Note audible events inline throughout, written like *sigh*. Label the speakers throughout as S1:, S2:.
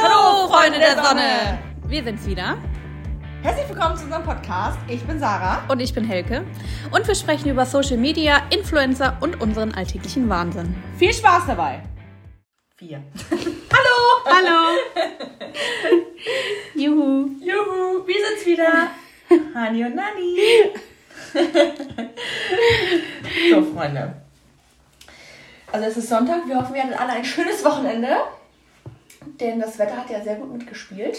S1: Freunde der Sonne. Wir sind's wieder
S2: Herzlich willkommen zu unserem Podcast. Ich bin Sarah.
S1: und ich bin Helke und wir sprechen über Social Media, Influencer und unseren alltäglichen Wahnsinn.
S2: Viel Spaß dabei. Vier.
S1: Hallo! Juhu!
S2: Juhu, wir sind's wieder. *laughs* Hani und Nani. *laughs* so, Freunde. Also es ist Sonntag. Wir hoffen, wir hatten alle ein schönes Wochenende. Denn das Wetter hat ja sehr gut mitgespielt.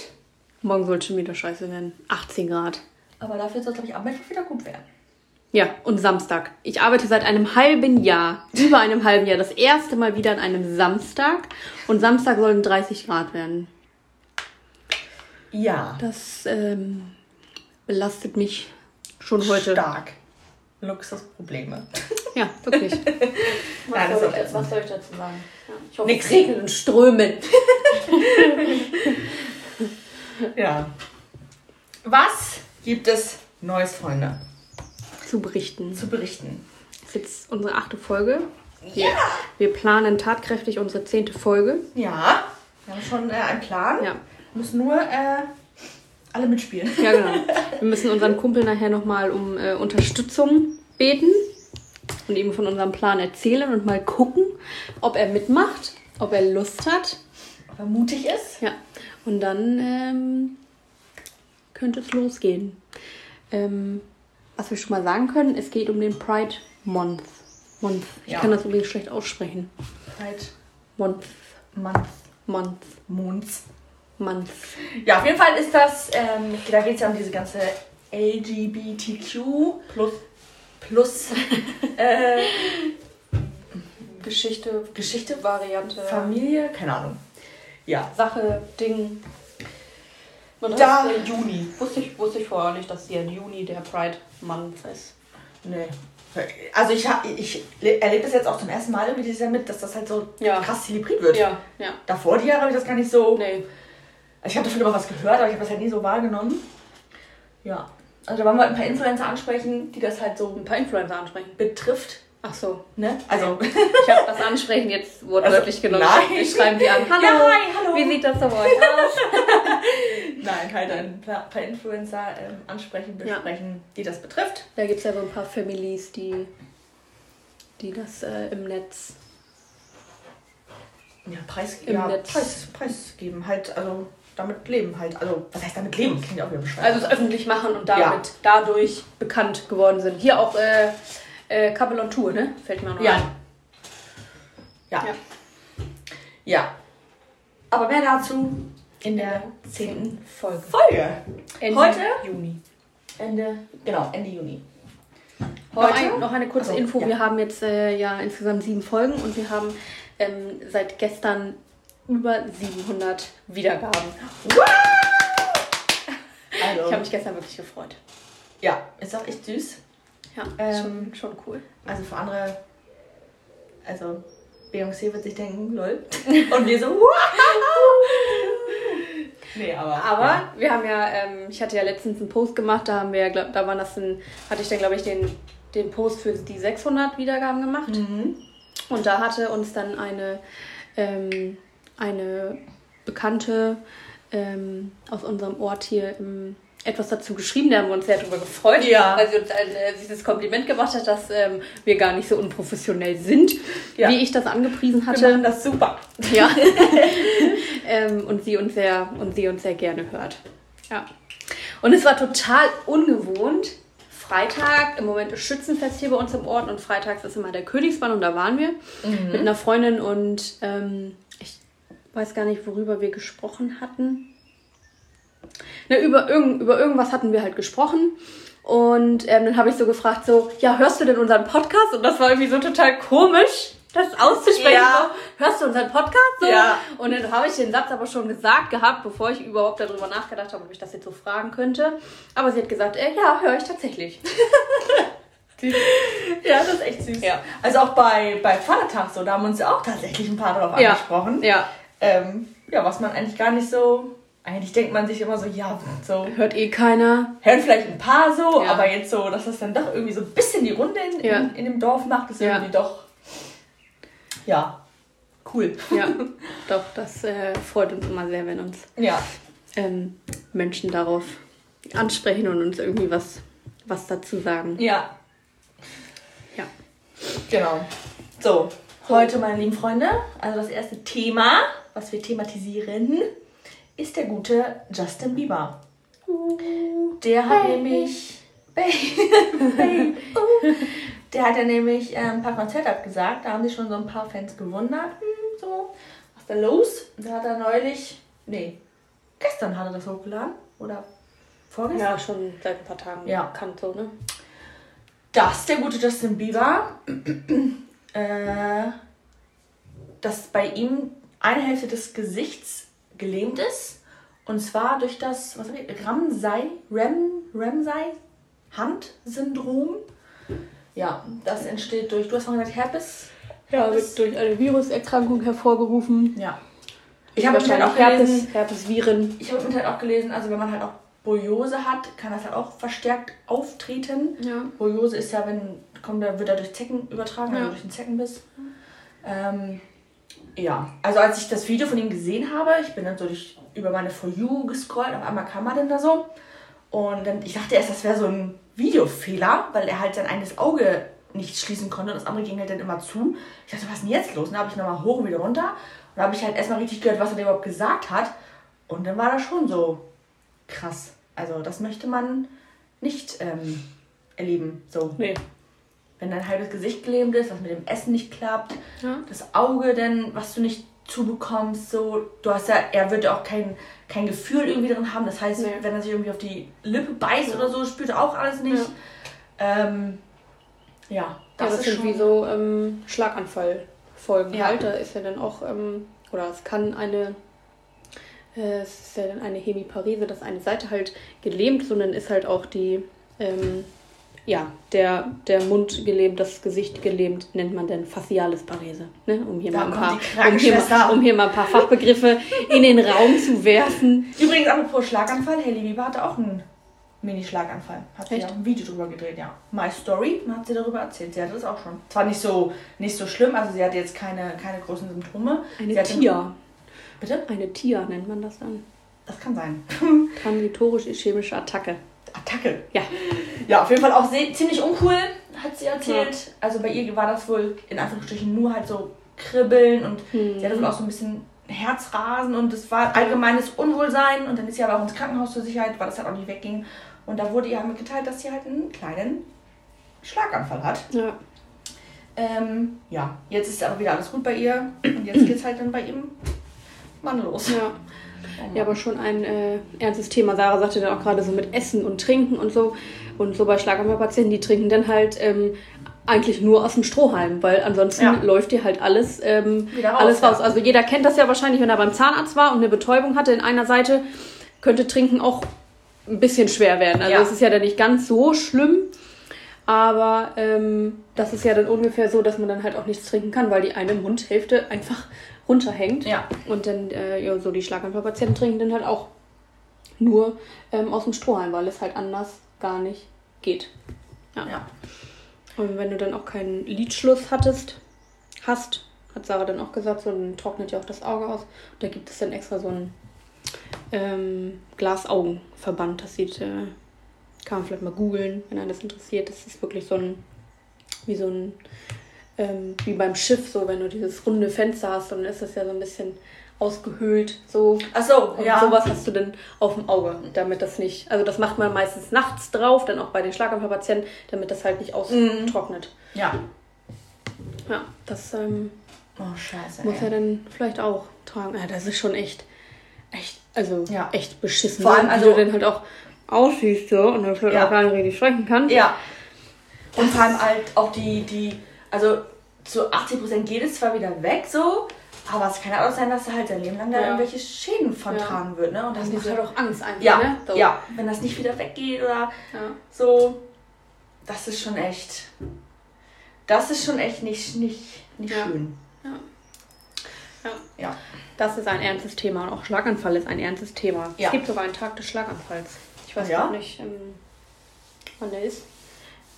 S3: Morgen soll es schon wieder scheiße werden. 18 Grad.
S2: Aber dafür soll es, glaube ich, am Mittwoch wieder gut werden.
S3: Ja, und Samstag. Ich arbeite seit einem halben Jahr, über einem halben Jahr, das erste Mal wieder an einem Samstag. Und Samstag sollen 30 Grad werden.
S2: Ja.
S3: Das ähm, belastet mich schon heute.
S2: Stark. Luxusprobleme.
S3: Ja, wirklich.
S2: Nein, das ist
S1: Was soll ich dazu sagen? Ich hoffe,
S2: Nix.
S3: Regnen und Strömen.
S2: Ja. Was gibt es Neues, Freunde,
S3: Zu berichten.
S2: zu berichten?
S3: Das ist jetzt unsere achte Folge. Wir, wir planen tatkräftig unsere zehnte Folge.
S2: Ja, wir haben schon äh, einen Plan.
S3: Ja.
S2: Müssen nur äh, alle mitspielen.
S3: Ja, genau. Wir müssen unseren Kumpel nachher nochmal um äh, Unterstützung beten und ihm von unserem Plan erzählen und mal gucken, ob er mitmacht, ob er Lust hat.
S2: Ob er mutig ist.
S3: Ja. Und dann ähm, könnte es losgehen. Ähm, was wir schon mal sagen können, es geht um den Pride Month. Month. Ich
S2: Ja.
S3: kann das übrigens schlecht aussprechen.
S2: Halt
S3: Month.
S2: Manns,
S3: Month.
S2: Monds.
S3: Month.
S2: Ja, auf jeden Fall ist das, ähm, da geht es ja um diese ganze LGBTQ plus, plus äh,
S3: Geschichte,
S2: Geschichte,
S1: *laughs*
S3: Variante,
S2: Familie, keine Ahnung. Ja.
S3: Sache, Ding. Man äh,
S2: Da im
S1: äh,
S2: Juni.
S3: Wusste ich, wusste ich vorher nicht, dass hier im Juni der Pride Month ist.
S2: Nee. Also ich, hab- ich le- erlebe das jetzt auch zum ersten Mal irgendwie dieses Jahr mit, dass das halt so
S3: Ja.
S2: krass zelebriert wird.
S3: ja.
S2: Davor die Jahre habe ich das gar nicht so.
S3: Nee.
S2: Also ich habe davon immer was gehört, aber ich habe das halt nie so wahrgenommen. Ja. Also da wollen wir ein paar Influencer ansprechen, die das halt so
S3: Ein paar Influencer ansprechen.
S2: betrifft.
S3: Ach so.
S2: Ne? Also.
S3: Ich habe das Ansprechen jetzt wortwörtlich
S2: Also,
S3: genommen.
S2: nein.
S3: Ich schreibe die an.
S2: *laughs*
S3: Hallo.
S2: Ja, hi, hallo.
S3: Wie sieht das bei euch aus?
S2: Nein, halt ein paar, paar Influencer ähm, ansprechen,
S3: Ja.
S2: besprechen, die das betrifft.
S3: Da gibt es ja so ein paar Families, die, die das äh, im Netz.
S2: Ja, Preis,
S3: Im
S2: ja,
S3: Netz.
S2: Preis, Preis geben. Halt, also damit leben halt. Also, was heißt damit leben? Klingt ja auch wieder bescheuert.
S3: Also es öffentlich machen und damit
S2: Ja.
S3: dadurch bekannt geworden sind. Hier auch äh, äh, Couple on Tour, ne? Fällt mir auch noch ein.
S2: ja. ja.
S3: Ja.
S2: Ja. Aber mehr dazu in der zehnten
S3: Zehnten Folge.
S2: Folge.
S3: Ende
S2: Heute?
S3: Juni.
S2: Ende, genau, Ende Juni.
S3: Noch,
S2: Heute?
S3: ein, noch eine kurze
S2: Also,
S3: Info.
S2: ja.
S3: Wir haben jetzt äh, ja insgesamt sieben Folgen und wir haben ähm, seit gestern über 700 Wiedergaben.
S2: Also,
S3: Ich habe mich gestern wirklich gefreut.
S2: ja, ist auch echt süß.
S3: Ja,
S2: Ähm,
S3: schon, schon cool.
S2: Also für andere, also Beyoncé wird sich denken, lol. Und wir so, *laughs* wow! Nee, aber.
S3: Aber wir haben ja, ähm, ich hatte ja letztens einen Post gemacht, da haben wir, ja, glaub, da waren das ein, hatte ich dann glaube ich den, den Post für die 600 Wiedergaben gemacht.
S2: Mhm.
S3: Und da hatte uns dann eine, ähm, eine Bekannte ähm, aus unserem Ort hier ähm, etwas dazu geschrieben. Da haben wir uns sehr darüber gefreut,
S2: Ja.
S3: weil sie uns ein äh, süßes Kompliment gemacht hat, dass ähm, wir gar nicht so unprofessionell sind,
S2: Ja.
S3: wie ich das angepriesen
S2: Wir machen
S3: hatte.
S2: das super.
S3: Ja. ähm, und, sie uns sehr, und sie uns sehr gerne hört. Ja. Und es war total ungewohnt. Freitag, im Moment ist Schützenfest hier bei uns im Ort und freitags ist immer der Königsmann und da waren wir mit einer Freundin und ähm, ich weiß gar nicht, worüber wir gesprochen hatten. Ne, über, irgend, über irgendwas hatten wir halt gesprochen. Und ähm, dann habe ich so gefragt, so, ja, hörst du denn unseren Podcast? Und das war irgendwie so total komisch, das auszusprechen.
S2: Ja.
S3: So, hörst du unseren Podcast? So.
S2: Ja.
S3: Und dann habe ich den Satz aber schon gesagt gehabt, bevor ich überhaupt darüber nachgedacht habe, ob ich das jetzt so fragen könnte. Aber sie hat gesagt, äh, ja, höre
S2: *laughs*
S3: ich tatsächlich.
S2: Ja, das ist echt süß.
S3: Ja.
S2: Also auch bei, bei Vatertag so, da haben uns ja auch tatsächlich ein paar drauf
S3: Ja.
S2: angesprochen.
S3: Ja.
S2: Ähm, ja, was man eigentlich gar nicht so. Eigentlich denkt man sich immer so, ja, so.
S3: Hört eh keiner.
S2: hören vielleicht ein paar so,
S3: Ja.
S2: aber jetzt so, dass das dann doch irgendwie so ein bisschen die Runde in,
S3: Ja.
S2: in, in dem Dorf macht, ist
S3: Ja.
S2: irgendwie doch. Ja. Cool.
S3: Ja, *laughs* doch, das äh, freut uns immer sehr, wenn uns
S2: Ja.
S3: ähm, Menschen darauf ansprechen und uns irgendwie was, was dazu sagen.
S2: Ja.
S3: Ja.
S2: Genau. So, heute, meine lieben Freunde, also das erste Thema, was wir thematisieren, ist der gute Justin Bieber. Der hat nämlich. Babe, oh. *laughs* Der hat ja nämlich äh, ein paar Konzerte abgesagt. Da haben sich schon so ein paar Fans gewundert. Hm, so, was ist da los? Da hat er neulich. Nee, gestern hat er das hochgeladen. Oder vorgestern?
S3: Ja, schon seit ein paar Tagen
S2: Ja.
S3: bekannt so, ne?
S2: dass der gute Justin Bieber, *clears throat* äh, dass bei ihm eine Hälfte des Gesichts gelähmt ist. Und zwar durch das, was hab ich, Ramsay, Ram, Ramsay Hand-Syndrom. Ja, das entsteht durch, du hast vorhin gesagt, Herpes.
S3: Ja,
S2: wird
S3: durch eine Viruserkrankung hervorgerufen.
S2: Ja. Ich habe im Internet auch gelesen,
S3: Herpes, Herpesviren.
S2: ich habe im Internet auch gelesen, also wenn man halt auch Boiose hat, kann das halt auch verstärkt auftreten.
S3: Ja.
S2: Boiose ist ja, wenn, kommt, da wird er durch Zecken übertragen, wenn
S3: Ja.
S2: du durch den Zeckenbiss. Ähm, ja, also als ich das Video von ihm gesehen habe, ich bin dann so durch, über meine For You gescrollt, auf einmal kam er dann da so. Und dann, ich dachte erst, das wäre so ein Videofehler, weil er halt sein eigenes Auge nicht schließen konnte und das andere ging halt dann immer zu. Ich dachte, was ist denn jetzt los? Und dann habe ich nochmal hoch und wieder runter. Und dann habe ich halt erstmal richtig gehört, was er denn überhaupt gesagt hat. Und dann war das schon so krass. Also das möchte man nicht ähm, erleben. So,
S3: Nee.
S2: wenn dein halbes Gesicht gelähmt ist, was mit dem Essen nicht klappt,
S3: Ja.
S2: das Auge denn, was du nicht zubekommst, so, du hast ja, er wird ja auch kein, kein Gefühl irgendwie drin haben. Das heißt,
S3: Nee.
S2: wenn er sich irgendwie auf die Lippe beißt oder so, spürt er auch alles nicht. Ja, ähm, ja
S3: Das, ja, das sind wie so ähm, Schlaganfallfolgen
S2: Ja.
S3: halt. Da ist ja dann auch, ähm, oder es kann eine, äh, es ist ja dann eine Hemiparese, dass eine Seite halt gelähmt, sondern ist halt auch die, ähm, ja, der, der Mund gelähmt, das Gesicht gelähmt, nennt man dann faciales Parese. Ne? Um, hier
S2: Da
S3: mal ein
S2: kommt
S3: paar,
S2: die
S3: um, hier mal,
S2: Krankenschwester.
S3: um hier mal ein paar Fachbegriffe in den Raum zu werfen.
S2: Übrigens, apropos Schlaganfall, Hailey Bieber hatte auch einen Mini-Schlaganfall. Hat sie
S3: Echt?
S2: auch ein Video drüber gedreht, ja. My Story hat sie darüber erzählt. Sie hatte das auch schon. Zwar nicht so, nicht so schlimm, also sie hatte jetzt keine, keine großen Symptome. sie
S3: Eine
S2: hatte,
S3: Tier.
S2: Bitte?
S3: Eine Tier nennt man das dann.
S2: Das kann sein. *laughs*
S3: Transitorisch-ischämische Attacke.
S2: Attacke.
S3: Ja.
S2: Ja, auf jeden Fall auch se- ziemlich uncool, hat sie erzählt. Also bei ihr war das wohl in Anführungsstrichen nur halt so kribbeln und
S3: Hm.
S2: sie hatte wohl auch so ein bisschen Herzrasen und es war allgemeines Unwohlsein und dann ist sie aber auch ins Krankenhaus zur Sicherheit, weil das halt auch nicht wegging. Und da wurde ihr halt mitgeteilt, dass sie halt einen kleinen Schlaganfall hat.
S3: Ja.
S2: Ähm, ja, jetzt ist aber wieder alles gut bei ihr und jetzt geht's halt dann bei ihrem Mann los.
S3: Ja. Ja, aber schon ein äh, ernstes Thema. Sarah sagte dann auch gerade so mit Essen und Trinken und so. Und so bei Schlaganfallpatienten, die trinken dann halt ähm, eigentlich nur aus dem Strohhalm, weil ansonsten
S2: Ja.
S3: läuft dir halt alles, ähm,
S2: Wieder raus,
S3: alles
S2: ja.
S3: raus. Also jeder kennt das ja wahrscheinlich, wenn er beim Zahnarzt war und eine Betäubung hatte in einer Seite, könnte Trinken auch ein bisschen schwer werden. Also
S2: Ja.
S3: es ist ja dann nicht ganz so schlimm. Aber ähm, das ist ja dann ungefähr so, dass man dann halt auch nichts trinken kann, weil die eine Mundhälfte einfach runterhängt.
S2: Ja.
S3: Und dann, äh, ja, so die Schlaganfallpatienten trinken dann halt auch nur ähm, aus dem Strohhalm, weil es halt anders gar nicht geht.
S2: ja.
S3: Und wenn du dann auch keinen Lidschluss hattest, hast, hat Sarah dann auch gesagt, so dann trocknet ja auch das Auge aus. Und da gibt es dann extra so einen ähm, Glasaugenverband. Das sieht, äh, kann man vielleicht mal googeln, wenn einen das interessiert. Das ist wirklich so ein, wie so ein, ähm, wie beim Schiff, so wenn du dieses runde Fenster hast, dann ist das ja so ein bisschen ausgehöhlt, so
S2: Ach so,
S3: und
S2: ja.
S3: sowas hast du denn auf dem Auge, damit das nicht. Also das macht man meistens nachts drauf, dann auch bei den Schlaganfallpatienten, damit das halt
S2: Mhm.
S3: nicht austrocknet.
S2: Ja.
S3: Ja, das ähm,
S2: Oh, scheiße.
S3: muss halt
S2: ey.
S3: er dann vielleicht auch tragen. Ja, das ist schon echt, echt, also
S2: Ja.
S3: echt beschissen.
S2: Vor allem,
S3: Wie
S2: also-
S3: du dann halt auch aussiehst so, und dann vielleicht
S2: Ja.
S3: auch gar nicht richtig sprechen kannst.
S2: Ja. Und vor allem halt auch die, die, also zu 80% geht es zwar wieder weg so, aber es kann halt auch sein, dass er halt sein Leben lang da
S3: Ja.
S2: irgendwelche Schäden von
S3: Ja.
S2: tragen wird, ne? Und
S3: Das
S2: dann
S3: macht
S2: diese,
S3: halt auch Angst einfach,
S2: ja,
S3: ne? So.
S2: ja, wenn das nicht wieder weggeht oder
S3: ja.
S2: so, das ist schon echt, das ist schon echt nicht, nicht, nicht
S3: Ja.
S2: schön.
S3: Ja. Ja.
S2: Ja.
S3: Das ist ein ernstes Thema und auch Schlaganfall ist ein ernstes Thema.
S2: Ja.
S3: Es gibt sogar einen Tag des Schlaganfalls. Ich weiß
S2: Ja?
S3: gar nicht, ähm, wann der ist.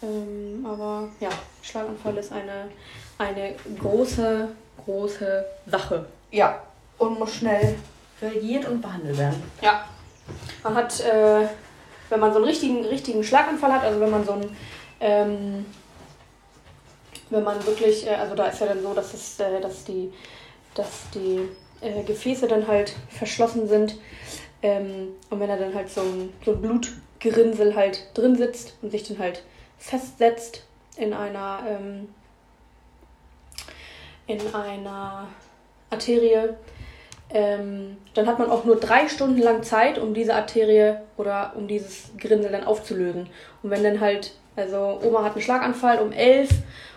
S3: Ähm, aber ja, Schlaganfall ist eine, eine große große Sache.
S2: Ja. Und muss schnell reagiert und behandelt werden.
S3: Ja. Man hat, äh, wenn man so einen richtigen, richtigen Schlaganfall hat, also wenn man so einen, ähm, wenn man wirklich, äh, also da ist ja dann so, dass es, äh, dass die, dass die äh, Gefäße dann halt verschlossen sind. Ähm, und wenn er dann halt so ein, so ein Blutgerinnsel halt drin sitzt und sich dann halt festsetzt in einer, ähm, in einer Arterie, ähm, dann hat man auch nur drei Stunden lang Zeit, um diese Arterie oder um dieses Grinsel dann aufzulösen. Und wenn dann halt, also Oma hat einen Schlaganfall um elf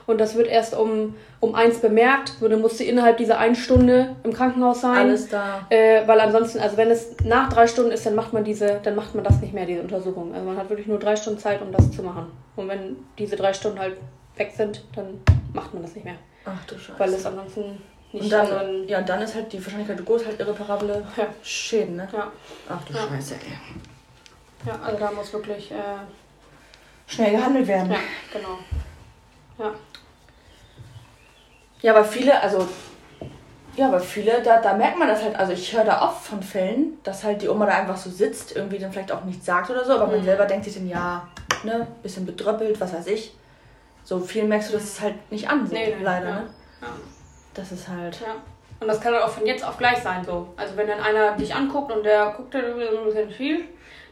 S3: und das wird erst um, um eins bemerkt, so dann muss sie innerhalb dieser einen Stunde im Krankenhaus sein.
S2: Alles da.
S3: Äh, weil ansonsten, also wenn es nach drei Stunden ist, dann macht man diese, dann macht man das nicht mehr, diese Untersuchung. Also man hat wirklich nur drei Stunden Zeit, um das zu machen. Und wenn diese drei Stunden halt weg sind, dann macht man das nicht mehr.
S2: Ach du Scheiße.
S3: Weil es ansonsten nicht
S2: und dann,
S3: anderen-
S2: ja, und dann ist halt die Wahrscheinlichkeit groß, halt irreparable
S3: Ja.
S2: Schäden, ne?
S3: ja.
S2: Ach du
S3: Ja.
S2: Scheiße, ey.
S3: ja, also da muss wirklich, äh, ja,
S2: Schnell gehandelt werden. Ja.
S3: genau. Ja.
S2: aber viele, also, ja, aber viele, da, da merkt man das halt, also ich höre da oft von Fällen, dass halt die Oma da einfach so sitzt, irgendwie dann vielleicht auch nichts sagt oder so, aber
S3: Mhm.
S2: man selber denkt sich dann, ja, ne, bisschen bedröppelt, was weiß ich. So viel merkst du, dass es halt nicht an,
S3: Nee, nee,
S2: leider,
S3: ja.
S2: ne?
S3: Ja.
S2: Das ist halt.
S3: Ja. Und das kann dann auch von jetzt auf gleich sein, so. Also wenn dann einer dich anguckt und der guckt dann so ein bisschen viel,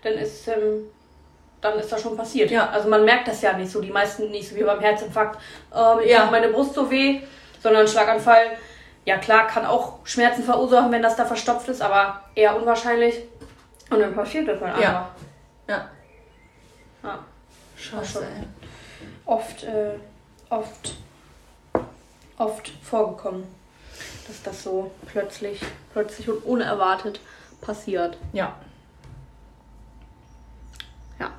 S3: dann ist, ähm, dann ist das schon passiert.
S2: Ja.
S3: Also man merkt das ja nicht so. Die meisten nicht so wie beim Herzinfarkt, ähm,
S2: Ja.
S3: ja. tut meine Brust so weh, sondern Schlaganfall, ja klar, kann auch Schmerzen verursachen, wenn das da verstopft ist, aber eher unwahrscheinlich. Und dann passiert das halt
S2: Ja.
S3: einfach.
S2: Ja.
S3: Ja.
S2: Scheiße, ey.
S3: Oft, äh, oft, oft vorgekommen, dass das so plötzlich, plötzlich und unerwartet passiert.
S2: Ja.
S3: Ja.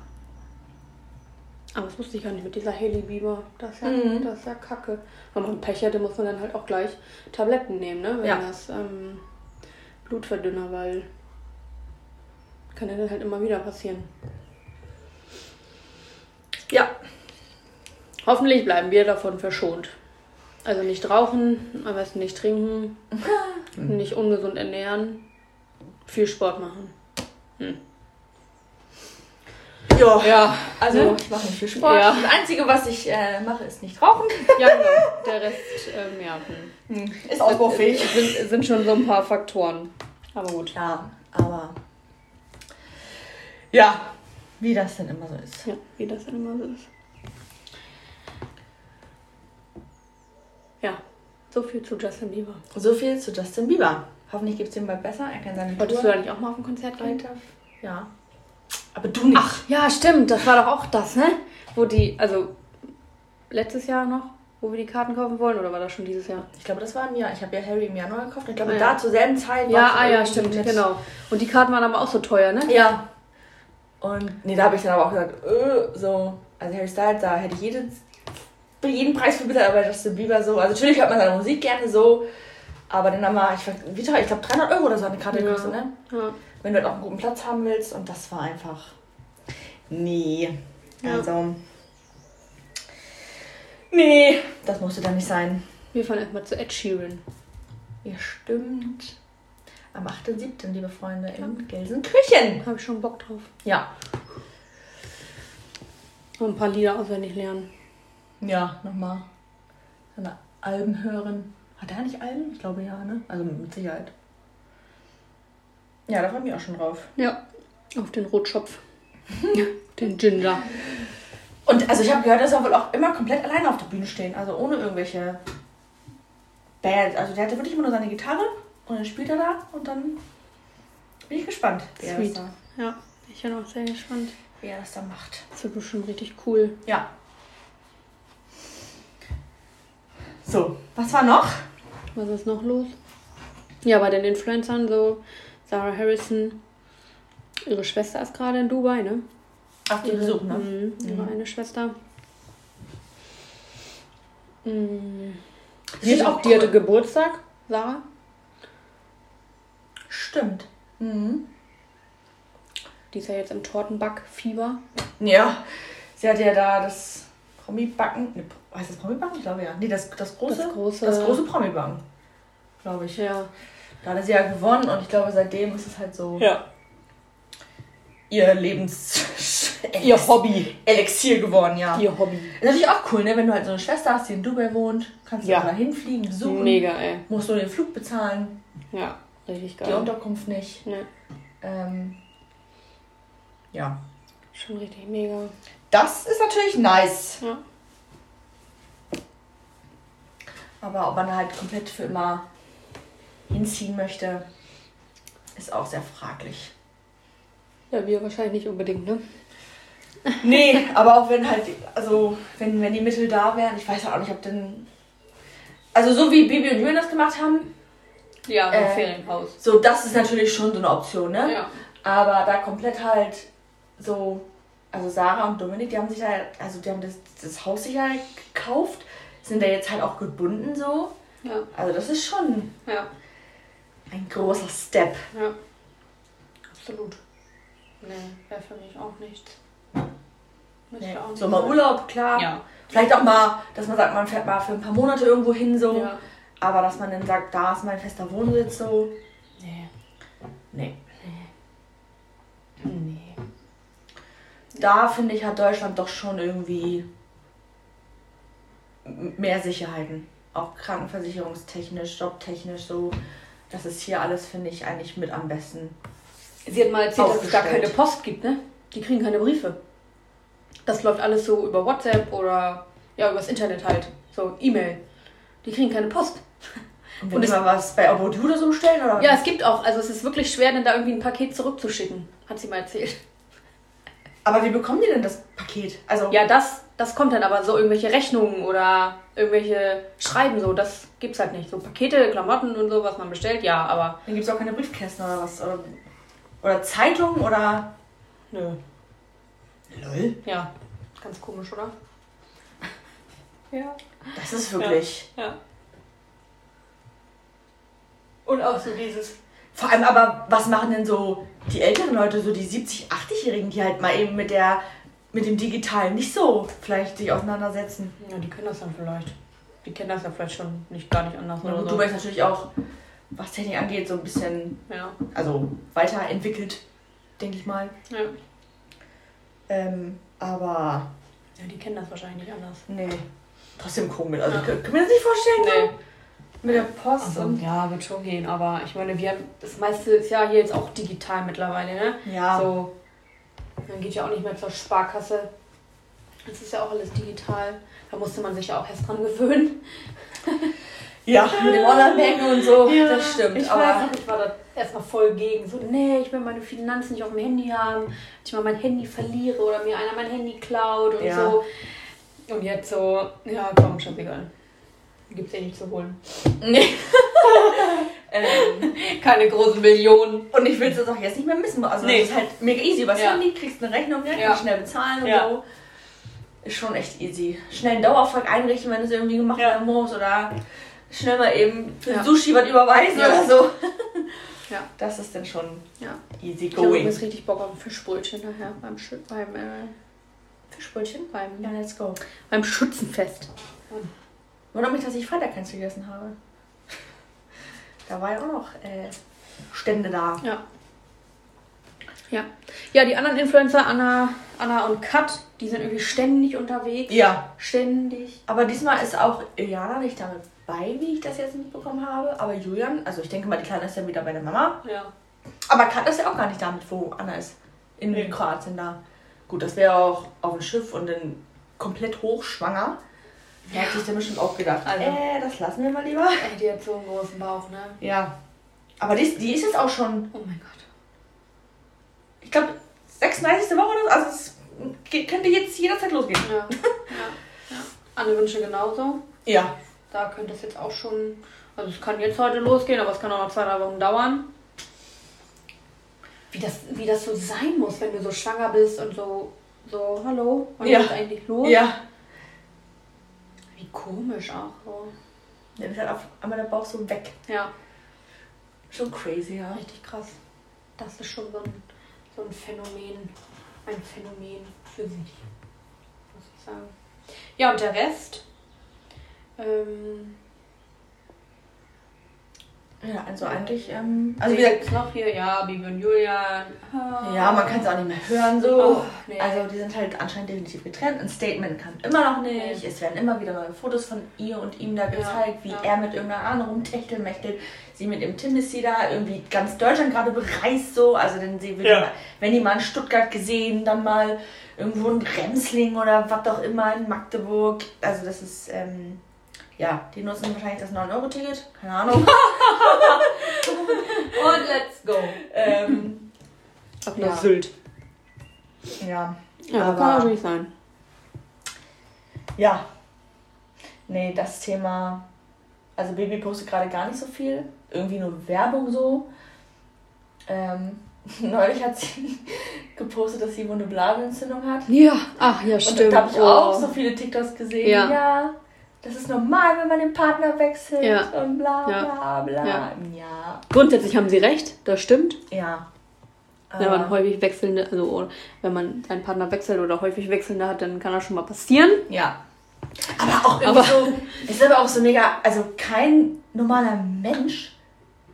S3: Aber das wusste ich gar nicht mit dieser Haley Bieber. Das ist ja,
S2: Mhm.
S3: das ist ja kacke. Wenn man Pech hätte, muss man dann halt auch gleich Tabletten nehmen, ne? Wenn
S2: Ja.
S3: das ähm, Blutverdünner, weil kann ja dann halt immer wieder passieren.
S2: Ja.
S3: Hoffentlich bleiben wir davon verschont. Also nicht rauchen, am besten nicht trinken, nicht ungesund ernähren, viel Sport machen.
S2: Ja.
S3: Ja,
S2: Also,
S3: Ne?
S2: ich mache nicht viel Sport.
S3: Ja.
S2: Das Einzige, was ich äh, mache, ist nicht rauchen.
S3: ja genau. Der Rest, ähm, ja. hm.
S2: Ist ausbaufähig.
S3: Sind, sind schon so ein paar Faktoren. Aber gut.
S2: Ja, aber. Ja, wie das denn immer so ist.
S3: Ja, wie das dann immer so ist. Ja, so viel zu Justin Bieber.
S2: So viel zu Justin Bieber. Hoffentlich gibt es ihm bald besser. Er kann seine
S3: Wolltest du
S2: Tour
S3: eigentlich auch mal auf ein Konzert gehen?
S2: weiter. Ja. Aber du nicht. Ach,
S3: Ja, stimmt, das war doch auch das, ne? Wo die, also letztes Jahr noch, wo wir die Karten kaufen wollen, oder war das schon dieses Jahr?
S2: ich glaube, das war im Jahr. Ich habe ja Harry im Januar gekauft. Ich glaube,
S3: Ah, ja.
S2: da zur selben Zeit.
S3: Ja,
S2: war's
S3: ah ja,
S2: irgendwie
S3: stimmt,
S2: mit-
S3: genau. Und die Karten waren aber auch so teuer, ne?
S2: Ja. Und nee, da habe ich dann aber auch gesagt, äh, so. Also Harry Styles, da hätte ich jeden, jeden Preis für bezahlt, aber Justin Bieber so. Also natürlich hört man seine Musik gerne so. Aber dann haben wir, ich, weiß- wie teuer, ich glaube 300 Euro oder so hat eine Karte
S3: Ja.
S2: gekostet, ne?
S3: Ja.
S2: wenn du halt auch einen guten Platz haben willst. Und das war einfach. Nee.
S3: Ja.
S2: Also. Nee, das musste dann nicht sein.
S3: Wir fahren erstmal zu Ed Sheeran.
S2: Ja, stimmt. Am 8.7., liebe Freunde, in Gelsenkirchen.
S3: Habe ich schon Bock drauf.
S2: Ja.
S3: Und ein paar Lieder auswendig lernen.
S2: Ja, nochmal. Seine Alben hören. Hat er nicht Alben? Ich glaube ja, ne? Also mit Sicherheit. Ja, da freue ich mich auch schon drauf.
S3: Ja. Auf den *laughs* Rotschopf. den Ginger.
S2: Und also ich habe gehört, dass er wohl auch immer komplett alleine auf der Bühne stehen, also ohne irgendwelche Band. Also der hatte wirklich immer nur seine Gitarre und dann spielt er da und dann bin ich gespannt, wie, er das,
S3: Sweet.
S2: da,
S3: Ja, ich bin auch sehr gespannt.
S2: wie er das da macht.
S3: Das wird bestimmt richtig cool.
S2: Ja. So, was war noch?
S3: Was ist noch los? Ja, bei den Influencern so. Sarah Harrison. Ihre Schwester ist gerade in Dubai, ne?
S2: Ach, die
S3: Ihre-
S2: Besuch, ne?
S3: Mhm, ihre eine Schwester. Mhm.
S2: Die ist auch
S3: die hatte Geburtstag, Sarah.
S2: Stimmt. Mhm.
S3: Die ist ja jetzt im Tortenbackfieber.
S2: Ja, sie hat ja da das Promi-Backen. Ne, heißt das Promi-Backen? Ich glaube ja. Nee, das, das große.
S3: Das große-
S2: Das große Promi-Backen. glaube ich.
S3: Ja.
S2: Da hat sie ja gewonnen und ich glaube, seitdem ist es halt so
S3: ja.
S2: ihr Lebens.
S3: Ihr Hobby.
S2: Elixier geworden, ja.
S3: Ihr Hobby.
S2: Ist natürlich auch cool, ne? Wenn du halt so eine Schwester hast, die in Dubai wohnt, kannst du
S3: Ja.
S2: da hinfliegen, besuchen,
S3: Mhm. Mega, ey.
S2: musst nur den Flug bezahlen,
S3: Ja, richtig
S2: die
S3: geil.
S2: Unterkunft nicht.
S3: Ja,
S2: Ähm, ja.
S3: schon richtig mega.
S2: Das ist natürlich nice.
S3: Ja.
S2: Aber ob man halt komplett für immer hinziehen möchte, ist auch sehr fraglich.
S3: Ja, wir wahrscheinlich nicht unbedingt, ne?
S2: Nee, aber auch wenn halt, also wenn, wenn die Mittel da wären, ich weiß ja auch nicht, ob denn. Also so wie Bibi und Jürgen das gemacht haben,
S3: Ja,
S2: Äh,
S3: Ferienhaus.
S2: so das ist natürlich schon so eine Option, ne?
S3: Ja.
S2: Aber da komplett halt so, also Sarah und Dominik, die haben sich da, also die haben das, das Haus sich ja gekauft, sind da jetzt halt auch gebunden so.
S3: Ja.
S2: Also das ist schon
S3: Ja.
S2: ein großer Step.
S3: Ja. Absolut. Nee, wäre für mich auch nichts. Müsste
S2: Nee.
S3: auch nicht
S2: So mal
S3: sein.
S2: Urlaub, klar.
S3: Ja.
S2: Vielleicht auch mal, dass man sagt, man fährt mal für ein paar Monate irgendwo hin so.
S3: Ja.
S2: Aber dass man dann sagt, da ist mein fester Wohnsitz so.
S3: Nee.
S2: Nee.
S3: Nee.
S2: Da finde ich, hat Deutschland doch schon irgendwie m- mehr Sicherheiten. Auch krankenversicherungstechnisch, jobtechnisch so. Das ist hier alles, finde ich, eigentlich mit am besten.
S3: Sie hat mal erzählt, dass es gar
S2: Aufgestellt.
S3: keine Post gibt, ne? Die kriegen keine Briefe. Das läuft alles so über WhatsApp oder ja, übers Internet halt. So E-Mail. Die kriegen keine Post.
S2: Und
S3: Und
S2: wenn die
S3: es-
S2: mal was bei Abodu oder so bestellen? Oder?
S3: Ja, es gibt auch, also es ist wirklich schwer, denn da irgendwie ein Paket zurückzuschicken, hat sie mal erzählt.
S2: Aber wie bekommen die denn das Paket? Also,
S3: Ja, das, das kommt dann aber so irgendwelche Rechnungen oder irgendwelche Schreiben, so, das gibt's halt nicht. So Pakete, Klamotten und so, was man bestellt, ja, aber.
S2: dann gibt es auch keine Briefkästen oder was. Oder, oder Zeitungen oder.
S3: Nö.
S2: Lol.
S3: Ja. Ganz komisch, oder? Ja.
S2: Das ist wirklich.
S3: Ja. Und auch so dieses.
S2: Vor allem aber, was machen denn so die älteren Leute, so die 70-, 80-Jährigen, die halt mal eben mit der mit dem Digitalen nicht so vielleicht sich auseinandersetzen.
S3: Ja, die können das dann vielleicht. Die kennen das ja vielleicht schon nicht gar nicht anders
S2: Und
S3: oder
S2: gut,
S3: so.
S2: Dubai ist natürlich auch, was Technik angeht, so ein bisschen,
S3: Ja.
S2: also weiterentwickelt, denke ich mal.
S3: ja. Ja,
S2: Ähm, aber
S3: die kennen das wahrscheinlich nicht anders.
S2: nee, trotzdem komisch. Also
S3: Ja.
S2: können wir das nicht vorstellen?
S3: Nee.
S2: Mit der Post
S3: Also,
S2: und
S3: ja, wird schon gehen, aber ich meine, wir haben das meiste ist ja hier jetzt auch digital mittlerweile, ne?
S2: ja,
S3: So, man geht ja auch nicht mehr zur Sparkasse. Das ist ja auch alles digital. Da musste man sich ja auch erst dran gewöhnen.
S2: ja, mit dem Online-Banking und so,
S3: Ja,
S2: das stimmt.
S3: Ich,
S2: aber
S3: weiß, ich war da erstmal voll gegen. So, nee, ich will meine Finanzen nicht auf dem Handy haben, dass ich mal mein Handy verliere oder mir einer mein Handy klaut und
S2: Ja.
S3: so. Und jetzt so, ja, komm, scheißegal. Gibt's eh nicht zu holen.
S2: nee. ähm,
S3: Keine großen Millionen.
S2: Und ich will es jetzt auch jetzt nicht mehr missen. Also
S3: Nee.
S2: das ist halt mega easy. Übers
S3: Ja.
S2: Handy kriegst eine Rechnung, ne?
S3: Ja.
S2: kannst schnell bezahlen und
S3: Ja.
S2: so. Ist schon echt easy. Schnell einen Dauerauftrag einrichten, wenn du es irgendwie gemacht
S3: Ja.
S2: werden muss. Oder schnell mal eben für
S3: Ja.
S2: Sushi was überweisen
S3: Ja.
S2: oder so.
S3: *laughs* Ja.
S2: Das ist dann schon
S3: Ja.
S2: easy
S3: Ich habe
S2: going.
S3: übrigens richtig Bock auf ein Fischbrötchen nachher beim, Schü beim äh, Fischbrötchen beim,
S2: Ja, let's go.
S3: beim Schützenfest.
S2: Wundert mich, dass ich Freitag keins gegessen habe. Da war ja auch noch äh, Stände da.
S3: Ja. Ja. Ja, die anderen Influencer, Anna, Anna und Kat, die sind irgendwie ständig unterwegs.
S2: Ja.
S3: Ständig.
S2: Aber diesmal ist auch Iliana nicht damit bei, wie ich das jetzt mitbekommen habe. Aber Julian, also ich denke mal, die Kleine ist ja wieder bei der Mama.
S3: Ja.
S2: Aber Kat ist ja auch gar nicht damit, wo Anna ist. In
S3: Nee.
S2: Kroatien da. Gut, das wäre auch auf dem Schiff und dann komplett hochschwanger. Da hat sich dann bestimmt auch gedacht,
S3: Also.
S2: äh, das lassen wir mal lieber.
S3: Ey, die hat so einen großen Bauch, ne?
S2: Ja. Aber die, ist- die ist jetzt auch schon,
S3: Oh mein Gott.
S2: ich glaube, 36. Woche oder so. Also es ge- könnte jetzt jederzeit losgehen.
S3: *laughs* Ja. ja. ja. Anne Wünsche genauso.
S2: Ja.
S3: Da könnte es jetzt auch schon. Also es kann jetzt heute losgehen, aber es kann auch noch zwei, drei Wochen dauern. Wie das, wie das so sein muss, wenn du so schwanger bist und so, so, hallo, wann
S2: Ja.
S3: geht's eigentlich los?
S2: Ja.
S3: Wie komisch auch so.
S2: Dann ist halt auf einmal der Bauch so weg.
S3: Ja,
S2: Schon crazy, ja.
S3: richtig krass. Das ist schon so ein, so ein Phänomen. Ein Phänomen für sich. Muss ich sagen. Ja, und der Rest. Ähm,
S2: Ja, also eigentlich, ähm, also
S3: Wen
S2: wie gesagt,
S3: gibt's noch hier? Ja, Bibi und Julian. Ah.
S2: ja, man kann es auch nicht mehr hören so.
S3: Oh, nee.
S2: Also die sind halt anscheinend definitiv getrennt. Ein Statement kam immer noch nicht. Es werden immer wieder neue Fotos von ihr und ihm da gezeigt, wie
S3: ja.
S2: er mit irgendeiner anderen rumtechteln möchte. Sie mit dem Tennessee da irgendwie ganz Deutschland gerade bereist so. Also denn sie wird
S4: Ja.
S2: immer, wenn die mal in Stuttgart gesehen, dann mal irgendwo in Remsling oder was auch immer in Magdeburg. Also das ist, ähm, ja, die nutzen wahrscheinlich das 9-Euro-Ticket. Keine Ahnung.
S3: Und let's go.
S2: ähm,
S3: Ab
S2: nach
S3: Sylt.
S2: ja.
S3: Ja,
S2: Aber-
S3: kann natürlich sein.
S2: Ja. Nee, das Thema. Also Baby postet gerade gar nicht so viel. Irgendwie nur Werbung so. Ähm, *laughs* neulich hat sie *laughs* gepostet, dass sie wohl eine Blasenentzündung hat.
S3: Ja, ach ja,
S2: Und
S3: stimmt.
S2: da habe ich
S3: Oh.
S2: auch so viele TikToks gesehen.
S3: Ja.
S2: Ja. Das ist normal, wenn man den Partner wechselt
S3: Ja.
S2: und bla
S3: Ja.
S2: bla bla.
S3: Ja.
S2: Ja. Ja.
S3: Grundsätzlich haben sie recht, das stimmt. Wenn man
S2: Aber-
S3: häufig wechselnde, also wenn man seinen Partner wechselt oder häufig wechselnde hat, dann kann das schon mal passieren.
S2: Ja. Aber auch irgendwie
S3: Aber-
S2: so, ist aber auch so mega, also kein normaler Mensch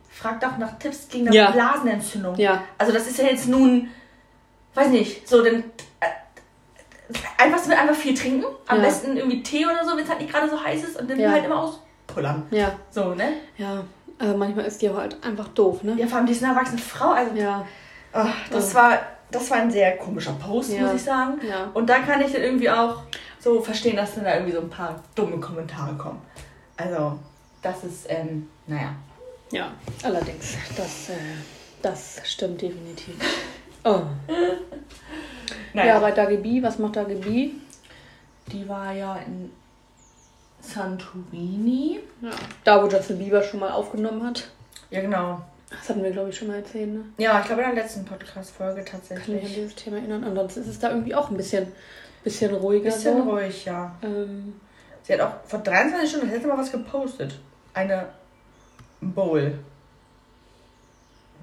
S2: fragt auch nach Tipps gegen eine
S3: Ja.
S2: Blasenentzündung.
S3: Ja.
S2: Also das ist ja jetzt nun, weiß nicht, so denn äh, einfach, einfach viel trinken, am
S3: Ja.
S2: besten irgendwie Tee oder so, wenn es halt nicht gerade so heiß ist und dann
S3: Ja.
S2: halt immer auspullern.
S3: Ja.
S2: So, ne?
S3: Ja. Also manchmal ist die auch halt einfach doof, ne?
S2: Ja, vor allem die ist eine erwachsene Frau, also
S3: Ja.
S2: oh, das war das war ein sehr komischer Post,
S3: Ja.
S2: muss ich sagen.
S3: Ja.
S2: Und da kann ich dann irgendwie auch so verstehen, dass dann da irgendwie so ein paar dumme Kommentare kommen. Also, das ist, ähm, naja.
S3: Ja, allerdings. Das, äh, das stimmt *laughs* definitiv. Oh.
S2: naja.
S3: Ja, bei Dagi B, was macht Dagi B?
S2: die war ja in Santorini.
S3: Ja. Da, wo Justin Bieber schon mal aufgenommen hat.
S2: Ja, genau.
S3: Das hatten wir, glaube ich, schon mal erzählt, ne?
S2: Ja, ich glaube in der letzten Podcast-Folge
S3: Kann mich an
S2: tatsächlich.
S3: dieses Thema erinnern. Ansonsten ist es da irgendwie auch ein bisschen, bisschen ruhiger.
S2: bisschen
S3: so.
S2: ruhig, ja.
S3: Ähm,
S2: Sie hat auch vor 23 Stunden das letzte Mal was gepostet. Eine Bowl,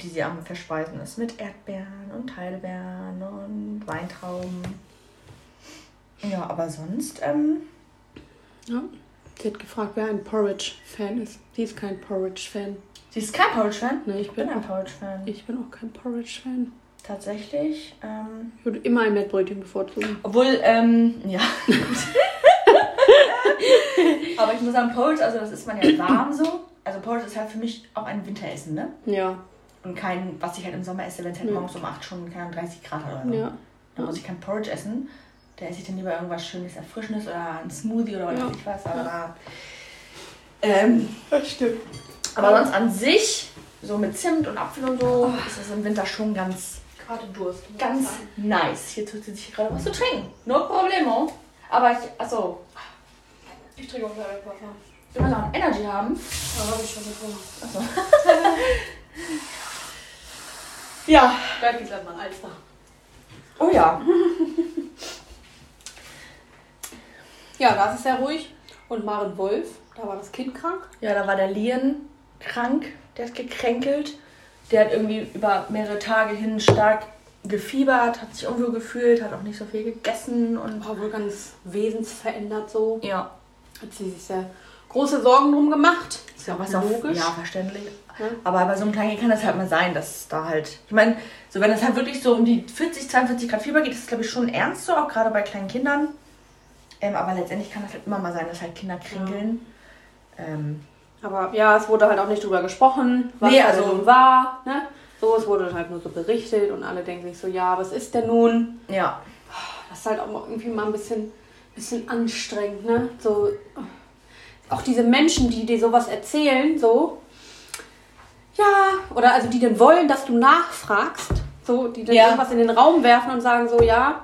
S2: die sie am Verspeisen ist. Mit Erdbeeren und Heidelbeeren und Weintrauben. Ja, aber sonst, ähm,
S3: ja. Sie hat gefragt, wer ein Porridge-Fan ist. Sie ist kein Porridge-Fan.
S2: sie ist kein Porridge-Fan.
S3: Ne, ich
S2: Ich bin
S3: bin,
S2: ein
S3: auch,
S2: Porridge-Fan.
S3: ich bin auch kein Porridge-Fan.
S2: Tatsächlich, ähm,
S3: Ich würde immer ein Mettbrötchen bevorzugen.
S2: obwohl, ähm, ja. *laughs* aber ich muss sagen, Porridge, also das ist man ja warm so. Also Porridge ist halt für mich auch ein Winteressen, ne?
S3: Ja,
S2: Und kein, was ich halt im Sommer esse, wenn es halt
S3: Ja.
S2: morgens um 8 schon, keine Ahnung, 30 Grad hat oder so.
S3: ja.
S2: Da muss ich kein Porridge essen. Da esse ich dann lieber irgendwas Schönes, Erfrischendes oder einen Smoothie oder
S3: Ja.
S2: was weiß ich was. Aber ähm,
S3: Das stimmt.
S2: aber sonst an sich, so mit Zimt und Apfel und so,
S3: Oh.
S2: ist das im Winter schon ganz,
S3: Gerade Durst.
S2: ganz nice. Hier tut sie sich gerade was zu trinken. No problemo. Aber ich, achso,
S3: Ich trinke auch gleich Wasser.
S2: ich will noch ein Energy haben.
S3: Da habe ich schon getrunken.
S2: Ja.
S3: Bleib jetzt einmal Alster.
S2: Oh ja.
S3: Ja, da ist es sehr ruhig. Und Maren Wolf, da war das Kind krank.
S2: Ja, da war der Lien krank, der ist gekränkelt. Der hat irgendwie über mehrere Tage hin stark gefiebert, hat sich unwohl gefühlt, hat auch nicht so viel gegessen und.
S3: War wohl ganz wesensverändert so.
S2: Ja,
S3: Hat sie sich sehr große Sorgen drum gemacht. Ist ja
S2: was
S3: auch
S2: auch
S3: logisch.
S2: Ja, verständlich.
S3: Ja.
S2: Aber bei so einem Kleinen kann das halt mal sein, dass da halt. Ich meine, so wenn es halt wirklich so um die 40, 42 Grad Fieber geht, ist das glaube ich schon ernst so, auch gerade bei kleinen Kindern. Ähm, aber letztendlich kann das halt immer mal sein, dass halt Kinder kränkeln. Ähm,
S3: Aber ja, es wurde halt auch nicht drüber gesprochen, was
S2: Nee,
S3: halt
S2: also-
S3: nun war. Ne? So, es wurde halt nur so berichtet und alle denken sich so, ja, was ist denn nun?
S2: ja.
S3: Das ist halt auch mal irgendwie mal ein bisschen, bisschen anstrengend, ne? So, auch diese Menschen, die dir sowas erzählen, so, ja, oder also die dann wollen, dass du nachfragst, so, die dann
S2: Ja.
S3: irgendwas in den Raum werfen und sagen so, ja,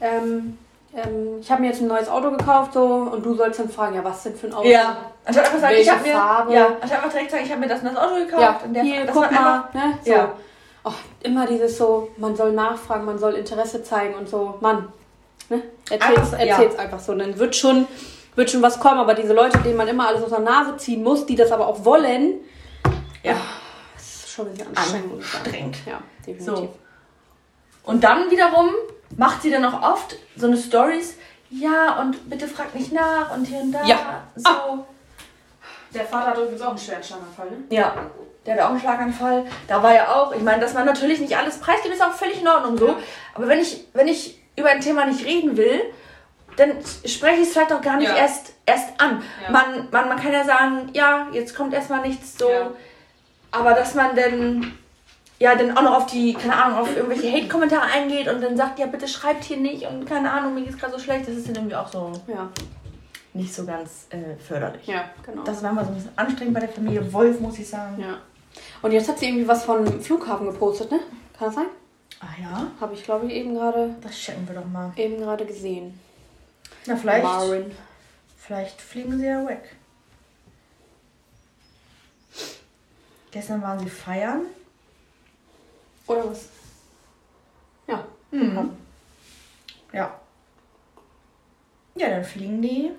S3: ähm, ähm, ich habe mir jetzt ein neues Auto gekauft, so, und du sollst dann fragen, ja, was denn für ein Auto?
S2: Ja. Anstatt einfach sagen, ich
S3: Welche
S2: habe mir,
S3: Farbe?
S2: ja, anstatt einfach direkt sagen, ich habe mir das und das Auto gekauft.
S3: Ja,
S2: und der,
S3: hier,
S2: das
S3: guck
S2: war
S3: mal, ne? So.
S2: Ja.
S3: Och, immer dieses so, man soll nachfragen, man soll Interesse zeigen und so. Mann, ne? Erzähl's,
S2: Einfach,
S3: erzähl's einfach so. Und dann wird schon, wird schon was kommen. Aber diese Leute, denen man immer alles aus der Nase ziehen muss, die das aber auch wollen,
S2: Ja.
S3: das ist schon ein bisschen anstrengend. muss ich sagen.
S2: Anstrengend.
S3: Ja, definitiv.
S2: So. Und dann wiederum macht sie dann auch oft so eine
S3: Ah.
S2: Stories. Ja, und bitte frag nicht nach und hier und da.
S3: Ja.
S2: So.
S3: Der Vater hat übrigens auch einen Schwertschlangenfall, ne?
S2: Ja, der hatte auch einen Schlaganfall. Da war ja auch, ich meine, dass man natürlich nicht alles preisgibt, ist auch völlig in Ordnung so. Aber wenn ich, wenn ich über ein Thema nicht reden will, dann spreche ich es vielleicht auch gar nicht
S3: Ja.
S2: erst, erst an.
S3: Ja.
S2: Man, man, man kann ja sagen, ja, jetzt kommt erstmal nichts so.
S3: Ja.
S2: Aber dass man dann ja dann auch noch auf die, keine Ahnung, auf irgendwelche Hate-Kommentare eingeht und dann sagt, ja, bitte schreibt hier nicht und keine Ahnung, mir geht's gerade so schlecht, das ist dann irgendwie auch so
S3: Ja,
S2: nicht so ganz äh, förderlich.
S3: ja, genau.
S2: Das war mal so ein bisschen anstrengend bei der Familie Wolf, muss ich sagen.
S3: ja. Und jetzt hat sie irgendwie was von Flughafen gepostet, ne? Kann das sein?
S2: Ah ja,
S3: Habe ich, glaube ich, eben gerade
S2: das checken wir doch mal.
S3: eben gerade gesehen.
S2: Na, vielleicht,
S3: Marin.
S2: vielleicht fliegen sie ja weg. Gestern waren sie feiern.
S3: Oder was? Ja.
S2: Mhm. Ja. Ja, dann fliegen die.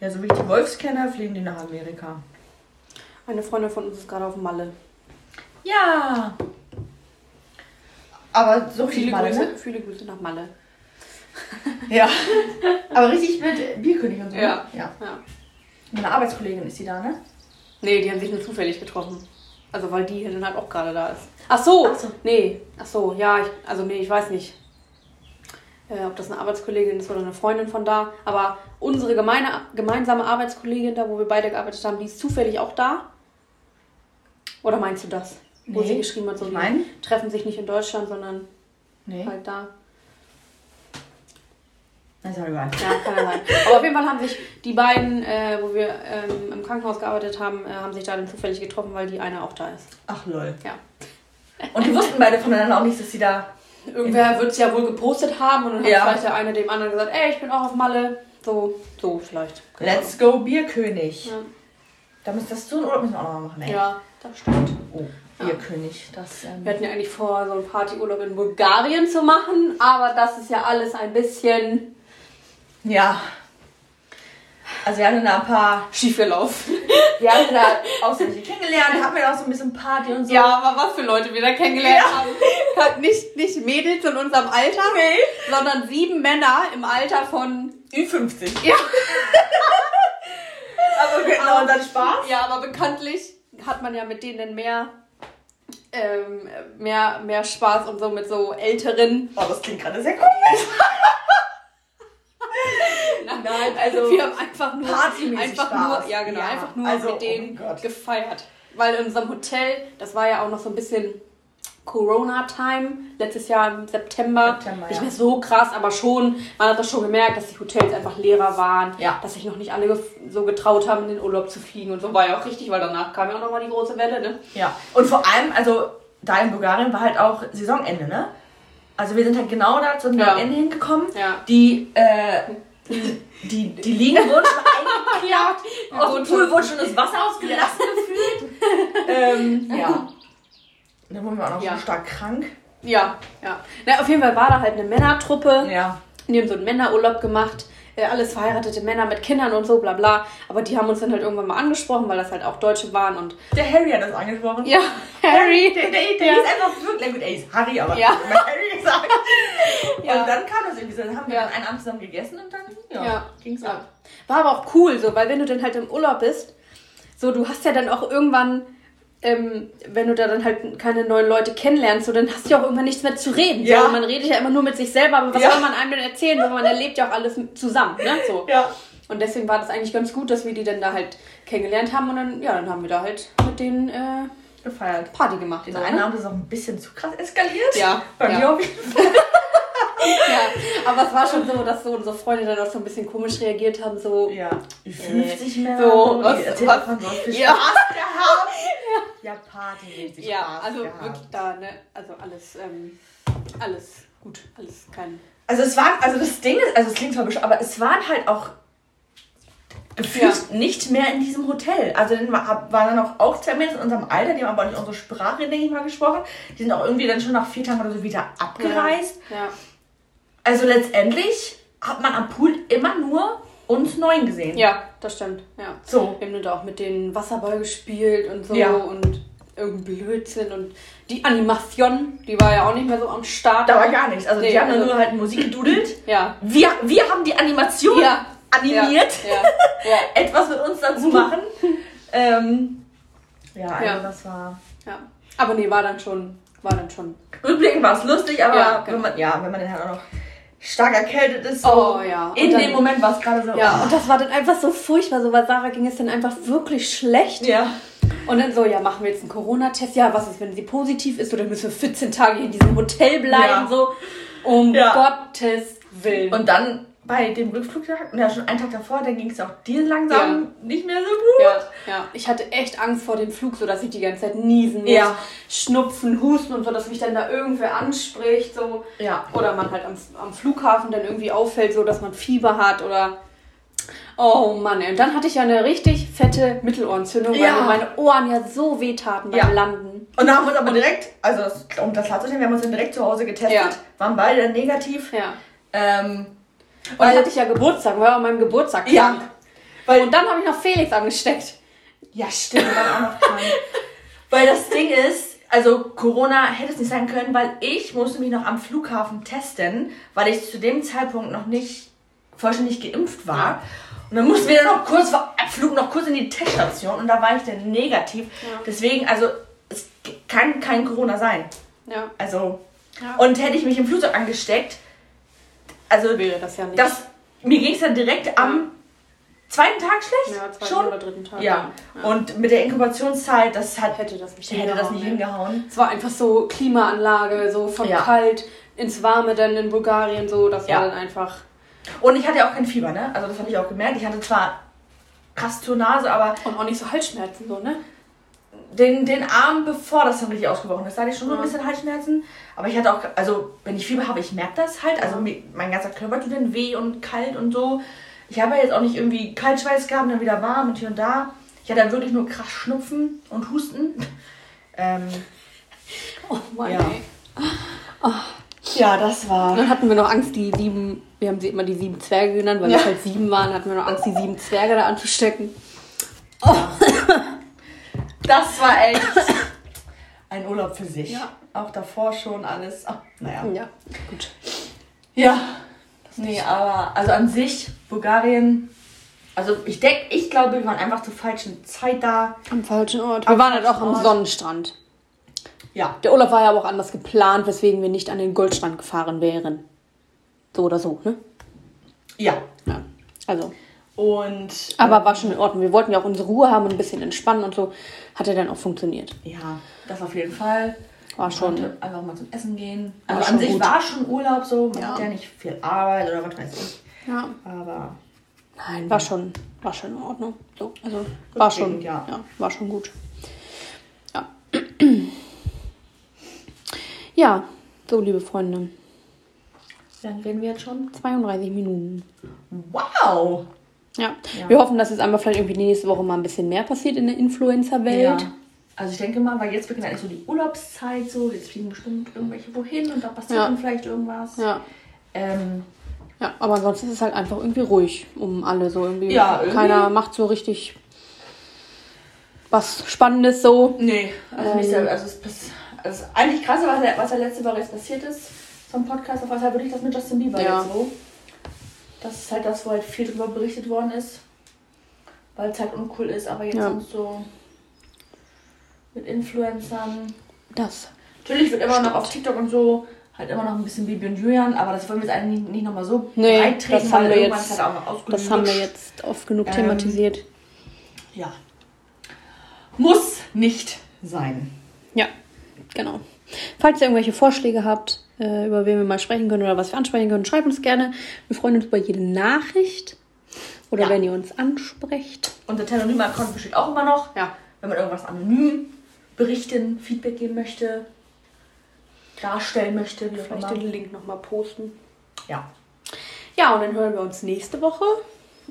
S2: Ja, so wie ich die Wolfs kenne, fliegen die nach Amerika.
S3: Eine Freundin von uns ist gerade auf Malle.
S2: Ja. Aber so
S3: Viele
S2: viel mal,
S3: Grüße,
S2: ne?
S3: viele Grüße nach Malle.
S2: Ja. Aber richtig mit Bierkönig und so. ne?
S3: Ja.
S2: ja.
S3: Ja.
S2: Meine Arbeitskollegin ist die da, ne?
S3: Nee, die haben sich nur zufällig getroffen. Also weil die hier dann halt auch gerade da ist. Ach so.
S2: Ach so.
S3: Nee, ach so, ja, ich, also nee, ich weiß nicht, äh, ob das eine Arbeitskollegin ist oder eine Freundin von da. Aber unsere gemeine, gemeinsame Arbeitskollegin da, wo wir beide gearbeitet haben, die ist zufällig auch da. Oder meinst du das? Wo
S2: Nee,
S3: sie geschrieben hat, so
S2: ich
S3: die
S2: mein-
S3: treffen sich nicht in Deutschland, sondern
S2: Nee.
S3: halt da.
S2: Das ist egal.
S3: Ja, kann ja sein. Aber auf jeden Fall haben sich die beiden, äh, wo wir ähm, im Krankenhaus gearbeitet haben, äh, haben sich da dann zufällig getroffen, weil die eine auch da ist.
S2: Ach lol.
S3: Ja.
S2: Und die wussten beide voneinander auch nicht, dass sie da.
S3: Irgendwer wird es ja wohl gepostet haben und dann
S2: Ja.
S3: hat vielleicht der eine dem anderen gesagt, ey, ich bin auch auf Malle. So, so vielleicht. Genau. Keine
S2: Let's go Bierkönig.
S3: Ja.
S2: Da müsst das tun oder müssen wir auch noch mal machen,
S3: Ahnung.
S2: ey.
S3: Ja, das stimmt.
S2: Oh, Bierkönig. Das, ähm,
S3: Wir hatten ja eigentlich vor, so einen Partyurlaub in Bulgarien zu machen, aber das ist ja alles ein bisschen
S2: ja. Also wir haben da ein paar.
S3: schiefgelaufen.
S2: Wir haben da ausführlich kennengelernt, haben ja auch so ein bisschen Party und so.
S3: Ja, aber was für Leute wir da kennengelernt haben. Hat nicht, nicht Mädels in unserem Alter, sondern sieben Männer im Alter von.
S2: Ü50.
S3: Ja.
S2: Aber wir hatten auch unseren Spaß.
S3: Ja, aber bekanntlich hat man ja mit denen mehr, ähm, mehr, mehr Spaß und so mit so älteren.
S2: Oh, das klingt gerade sehr komisch.
S3: *laughs*
S2: Nein, also-
S3: Genau. wir haben einfach nur,
S2: Partymäßig
S3: einfach
S2: Spaß.
S3: nur, ja genau,
S2: Ja,
S3: einfach nur
S2: also,
S3: mit denen
S2: oh mein Gott.
S3: gefeiert. Weil in unserem Hotel, das war ja auch noch so ein bisschen Corona-Time, letztes Jahr im September,
S2: September,
S3: nicht
S2: ja.
S3: mehr so krass, aber schon, man hat das schon gemerkt, dass die Hotels einfach leerer waren,
S2: Ja.
S3: dass sich noch nicht alle gef- so getraut haben, in den Urlaub zu fliegen und so, war ja auch richtig, weil danach kam ja auch nochmal die große Welle, ne?
S2: Ja. Und vor allem, also da in Bulgarien war halt auch Saisonende, ne? Also wir sind halt genau da zum
S3: Ja.
S2: Ende hingekommen.
S3: Ja.
S2: Die, äh, die, die Liegen *laughs* wurden schon eingeklappt.
S3: Ja, Oh,
S2: Aus
S3: wurden
S2: dem
S3: schon-
S2: Pool wurde schon das Wasser ausgelassen *laughs* gefühlt. ähm, ja. Dann wurden wir auch noch
S3: Ja.
S2: so stark krank.
S3: Ja, ja. Na, auf jeden Fall war da halt eine Männertruppe.
S2: Ja.
S3: Die haben so einen Männerurlaub gemacht. Äh, Alles verheiratete Männer mit Kindern und so, bla bla. Aber die haben uns dann halt irgendwann mal angesprochen, weil das halt auch Deutsche waren und. *laughs*
S2: Der Harry hat das angesprochen.
S3: Ja,
S2: Der,
S3: Harry!
S2: der, der hieß einfach wirklich, na gut, er hieß Harry, aber
S3: Ja.
S2: wenn man Harry gesagt.
S3: *laughs* Ja.
S2: Und dann kam das irgendwie so, dann haben wir
S3: Ja.
S2: dann einen Abend zusammen gegessen und dann ja,
S3: Ja,
S2: ging's
S3: ja.
S2: ab.
S3: War aber auch cool, so, weil wenn du dann halt im Urlaub bist, so, du hast ja dann auch irgendwann. Ähm, wenn du da dann halt keine neuen Leute kennenlernst, so, dann hast du ja auch irgendwann nichts mehr zu reden.
S2: Ja.
S3: So, man redet ja immer nur mit sich selber, aber was
S2: Ja.
S3: soll man einem denn erzählen? So, man erlebt ja auch alles zusammen. Ne? So.
S2: Ja.
S3: Und deswegen war das eigentlich ganz gut, dass wir die dann da halt kennengelernt haben und dann, ja, dann haben wir da halt mit denen äh,
S2: Gefeiert.
S3: Party gemacht.
S2: Den
S3: so,
S2: einen
S3: ne?
S2: Abend ist auch ein bisschen zu krass eskaliert.
S3: Ja,
S2: Bei
S3: ja.
S2: mir auf jeden Fall.
S3: *laughs* ja. Aber es war schon so, dass so unsere Freunde dann auch so ein bisschen komisch reagiert haben, so.
S2: Ja. 50 Männer.
S3: So,
S2: die
S3: was-
S2: erzählen
S3: was-
S2: davon, was für
S3: Ja.
S2: Spaß
S3: *laughs*
S2: gehabt. Ja, Party.
S3: Ja, also
S2: gehabt.
S3: wirklich da, ne? Also alles, ähm, alles gut, alles kein.
S2: Also es waren, also das Ding ist, also es klingt zwar besch- aber es waren halt auch gefühlt nicht mehr in diesem Hotel. Also dann war- waren dann auch, auch zwei Mädels in unserem Alter, die haben aber nicht unsere Sprache, denke ich mal, gesprochen. Die sind auch irgendwie dann schon nach vier Tagen oder so wieder abgereist.
S3: Ja.
S2: Also letztendlich hat man am Pool immer nur uns neun gesehen.
S3: ja, das stimmt. Ja.
S2: So.
S3: Wir haben dann da auch mit den Wasserball gespielt und so
S2: Ja.
S3: und irgendein Blödsinn und die Animation, die war ja auch nicht mehr so am Start.
S2: Da war gar nichts. Also
S3: Nee,
S2: die haben dann
S3: also-
S2: nur halt Musik gedudelt.
S3: ja.
S2: Wir, wir haben die Animation
S3: Ja.
S2: animiert,
S3: Ja. ja. *laughs*
S2: etwas mit uns dann zu machen.
S3: Ähm,
S2: Ja, also
S3: Ja.
S2: das war.
S3: ja. Aber nee, war dann schon, war dann schon.
S2: Rückblickend war es lustig, aber
S3: Ja, genau.
S2: wenn man, ja, wenn man dann halt auch noch stark erkältet ist,
S3: Oh, ja. Und
S2: in
S3: dann-
S2: dem Moment war es gerade so.
S3: Ja, und das war dann einfach so furchtbar, so weil Sarah ging es dann einfach wirklich schlecht.
S2: *laughs* ja.
S3: Und dann so, ja, machen wir jetzt einen Corona-Test. Ja, was ist, wenn sie positiv ist? Oder müssen wir 14 Tage in diesem Hotel bleiben?
S2: Ja.
S3: So, um
S2: Ja.
S3: Gottes Willen.
S2: Und dann bei dem Rückflugtag, ja, schon einen Tag davor, dann ging es auch dir langsam nicht mehr so gut.
S3: ja, ja. Ich hatte echt Angst vor dem Flug, so dass ich die ganze Zeit niesen muss,
S2: Ja.
S3: schnupfen, husten und so, dass mich dann da irgendwer anspricht. So.
S2: Ja.
S3: Oder man halt am, am Flughafen dann irgendwie auffällt, so dass man Fieber hat oder. Oh Mann, ey. und dann hatte ich ja eine richtig fette Mittelohrentzündung,
S2: Ja.
S3: weil mir meine Ohren ja so wehtaten beim
S2: Ja.
S3: Landen.
S2: Und dann haben wir uns aber direkt, also das, um das klarzunehmen, wir haben uns dann direkt zu Hause getestet,
S3: Ja.
S2: waren beide dann negativ.
S3: Ja.
S2: Ähm,
S3: Und dann
S2: Weil-
S3: hatte ich ja Geburtstag, war an meinem Geburtstag krank.
S2: ja. Weil,
S3: Und dann habe ich noch Felix angesteckt.
S2: ja, stimmt, wir waren auch noch krank. weil das Ding ist, also Corona hätte es nicht sein können, weil ich musste mich noch am Flughafen testen, weil ich zu dem Zeitpunkt noch nicht vollständig geimpft war. Und dann mussten wir dann noch kurz vor Abflug noch kurz in die Teststation und da war ich dann negativ. Deswegen, also es kann kein Corona sein.
S3: Ja.
S2: Also
S3: Ja.
S2: und hätte ich mich im Flugzeug angesteckt, also
S3: Wäre das ja nicht.
S2: das, mir ging es dann direkt am zweiten Tag schlecht.
S3: ja, zweiten
S2: schon.
S3: oder dritten Tag.
S2: Ja. Und mit der Inkubationszeit, das hat, hätte,
S3: Hätte das nicht
S2: das
S3: hingehauen,
S2: nicht
S3: ne?
S2: hingehauen.
S3: Es war einfach so Klimaanlage, so von
S2: Ja.
S3: kalt ins Warme dann in Bulgarien, so. Das
S2: Ja.
S3: war dann einfach.
S2: Und ich hatte ja auch kein Fieber, ne? Also das habe ich auch gemerkt. Ich hatte zwar krass zur Nase, aber
S3: Und auch nicht so Halsschmerzen, so, ne?
S2: den, den Arm, bevor das dann richtig ausgebrochen ist, da hatte ich schon so ein
S3: Ja.
S2: bisschen Halsschmerzen. Aber ich hatte auch, also wenn ich Fieber habe, ich merke das halt. Also mir, mein ganzer Körper tut dann weh und kalt und so. Ich habe ja jetzt auch nicht irgendwie Kaltschweiß gehabt und dann wieder warm und hier und da. Ich hatte dann wirklich nur krass Schnupfen und Husten. *laughs* Ähm,
S3: Oh Mann,
S2: Ja.
S3: ey.
S2: ja, das
S3: Und
S2: war.
S3: dann hatten wir noch Angst, die sieben, wir haben sie immer die sieben Zwerge genannt, weil
S2: Ja.
S3: wir halt sieben waren, hatten wir noch Angst, die sieben Zwerge da anzustecken.
S2: Das war echt *laughs* ein Urlaub für sich.
S3: Ja.
S2: Auch davor schon alles. Ach, naja.
S3: Ja, gut.
S2: Ja. Nee, aber also an sich, Bulgarien. Also ich denke, ich glaube, wir waren einfach zur falschen Zeit da.
S3: Am falschen Ort. Wir waren halt auch am
S2: Ort.
S3: Sonnenstrand.
S2: Ja.
S3: Der Urlaub war ja aber auch anders geplant, weswegen wir nicht an den Goldstrand gefahren wären. So oder so, ne?
S2: Ja.
S3: Ja. Also.
S2: Und
S3: Aber war schon in Ordnung. Wir wollten ja auch unsere Ruhe haben und ein bisschen entspannen und so. Hat ja dann auch funktioniert.
S2: ja, das auf jeden Fall.
S3: War schon.
S2: Und einfach mal zum Essen gehen.
S3: War
S2: Also
S3: schon
S2: an sich
S3: gut.
S2: war schon Urlaub so. Man
S3: Ja.
S2: hat ja nicht viel Arbeit oder was weiß ich.
S3: Ja.
S2: Aber
S3: Nein, war schon, war schon in Ordnung. So, also war schon,
S2: Rückblickend, ja.
S3: war schon gut. Ja. *clears throat* Ja, so liebe Freunde,
S2: wie lange reden wir jetzt schon?
S3: 32 Minuten.
S2: Mhm. Wow!
S3: Ja.
S2: Ja.
S3: Wir hoffen, dass jetzt einmal vielleicht irgendwie nächste Woche mal ein bisschen mehr passiert in der Influencer-Welt.
S2: Ja. Also ich denke mal, weil jetzt beginnt eigentlich so die Urlaubszeit so. Jetzt fliegen bestimmt irgendwelche wohin und da passiert
S3: Ja.
S2: dann vielleicht irgendwas.
S3: ja.
S2: Ähm,
S3: Ja, aber ansonsten ist es halt einfach irgendwie ruhig um alle so irgendwie.
S2: Ja, irgendwie.
S3: Keiner macht so richtig was Spannendes so.
S2: Nee, also, nicht sehr, also, es, pass- also es- eigentlich krass, was, ja- was ja letzte Woche jetzt passiert ist, so ein Podcast, auf was halt wirklich das mit Justin Bieber
S3: Ja.
S2: jetzt so. Das ist halt das, wo halt viel drüber berichtet worden ist, weil es halt uncool ist, aber jetzt
S3: Ja.
S2: sonst so mit Influencern.
S3: Das.
S2: Natürlich wird immer noch
S3: Stimmt.
S2: auf TikTok und so halt immer noch ein bisschen Bibi und Julian, aber das wollen wir jetzt eigentlich nicht nochmal so
S3: Nee,
S2: eintreten,
S3: das haben wir
S2: irgendwann
S3: jetzt-
S2: ist halt auch noch ausgelutscht.
S3: Das haben wir jetzt oft genug
S2: Ähm,
S3: thematisiert.
S2: Ja. Muss nicht sein.
S3: Ja, genau. Falls ihr irgendwelche Vorschläge habt, äh, über wen wir mal sprechen können oder was wir ansprechen können, schreibt uns gerne. Wir freuen uns über jede Nachricht oder
S2: Ja.
S3: wenn ihr uns ansprecht.
S2: Unser Telonyme-Account besteht auch immer noch.
S3: Ja.
S2: wenn man irgendwas anonym berichten, Feedback geben möchte, darstellen möchte, wie auch immer.
S3: Link nochmal posten.
S2: Ja.
S3: Ja, und dann hören wir uns nächste Woche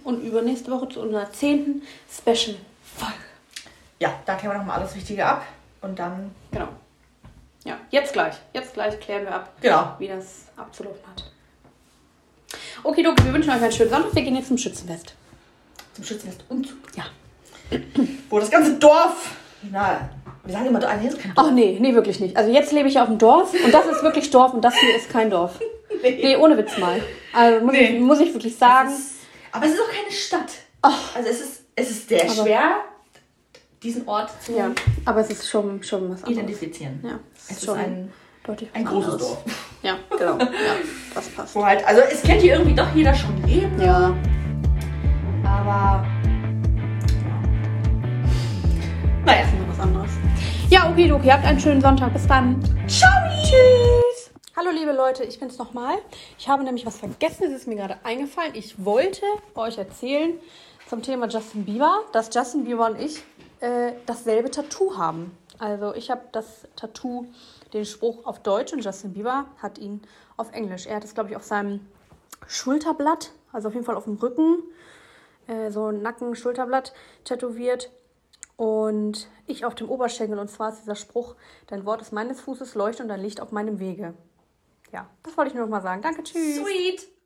S3: und übernächste Woche zu unserer zehnten Special-Folge.
S2: ja, da klären wir nochmal alles Wichtige ab und dann,
S3: Genau. Ja, jetzt gleich. Jetzt gleich klären wir ab,
S2: genau,
S3: wie das abzulaufen hat. Okay, Doki, wir wünschen euch einen schönen Sonntag. Wir gehen jetzt zum Schützenfest.
S2: zum Schützenfest Umzug,
S3: Ja.
S2: wo das ganze Dorf, na, wir sagen immer, du alle kein Dorf.
S3: Ach nee, nee, wirklich nicht. Also jetzt lebe ich auf dem Dorf und das ist wirklich Dorf und das hier ist kein Dorf. Nee, ohne Witz mal. Also muss,
S2: Nee.
S3: ich, muss ich wirklich sagen. Oh.
S2: Es ist- Aber es ist auch keine Stadt. Also es ist, es ist sehr
S3: Aber-
S2: schwer, diesen Ort zu
S3: Ja, aber es ist schon, schon was anderes.
S2: identifizieren.
S3: Ja,
S2: Es ist ein,
S3: deutlich
S2: ein
S3: was
S2: großes
S3: anderes.
S2: Dorf.
S3: Ja, genau.
S2: *laughs*
S3: Ja, das passt.
S2: Wo halt, also es kennt hier irgendwie doch jeder schon jeden,
S3: Ja,
S2: aber
S3: naja, ist noch was anderes. Ja, okay, Doki, habt einen schönen Sonntag. Bis dann. Ciao. Tschüss. Hallo, liebe Leute, ich bin's nochmal. Ich habe nämlich was vergessen, es ist mir gerade eingefallen. Ich wollte euch erzählen zum Thema Justin Bieber, dass Justin Bieber und ich äh, dasselbe Tattoo haben. Also, ich habe das Tattoo, den Spruch auf Deutsch und Justin Bieber hat ihn auf Englisch. Er hat es, glaube ich, auf seinem Schulterblatt, also auf jeden Fall auf dem Rücken, äh, so ein Nacken-Schulterblatt tätowiert. Und ich auf dem Oberschenkel. Und zwar ist dieser Spruch: Dein Wort ist meines Fußes Leuchte und dein Licht auf meinem Wege. Ja, das wollte ich nur noch mal sagen. Danke, tschüss.
S2: sweet.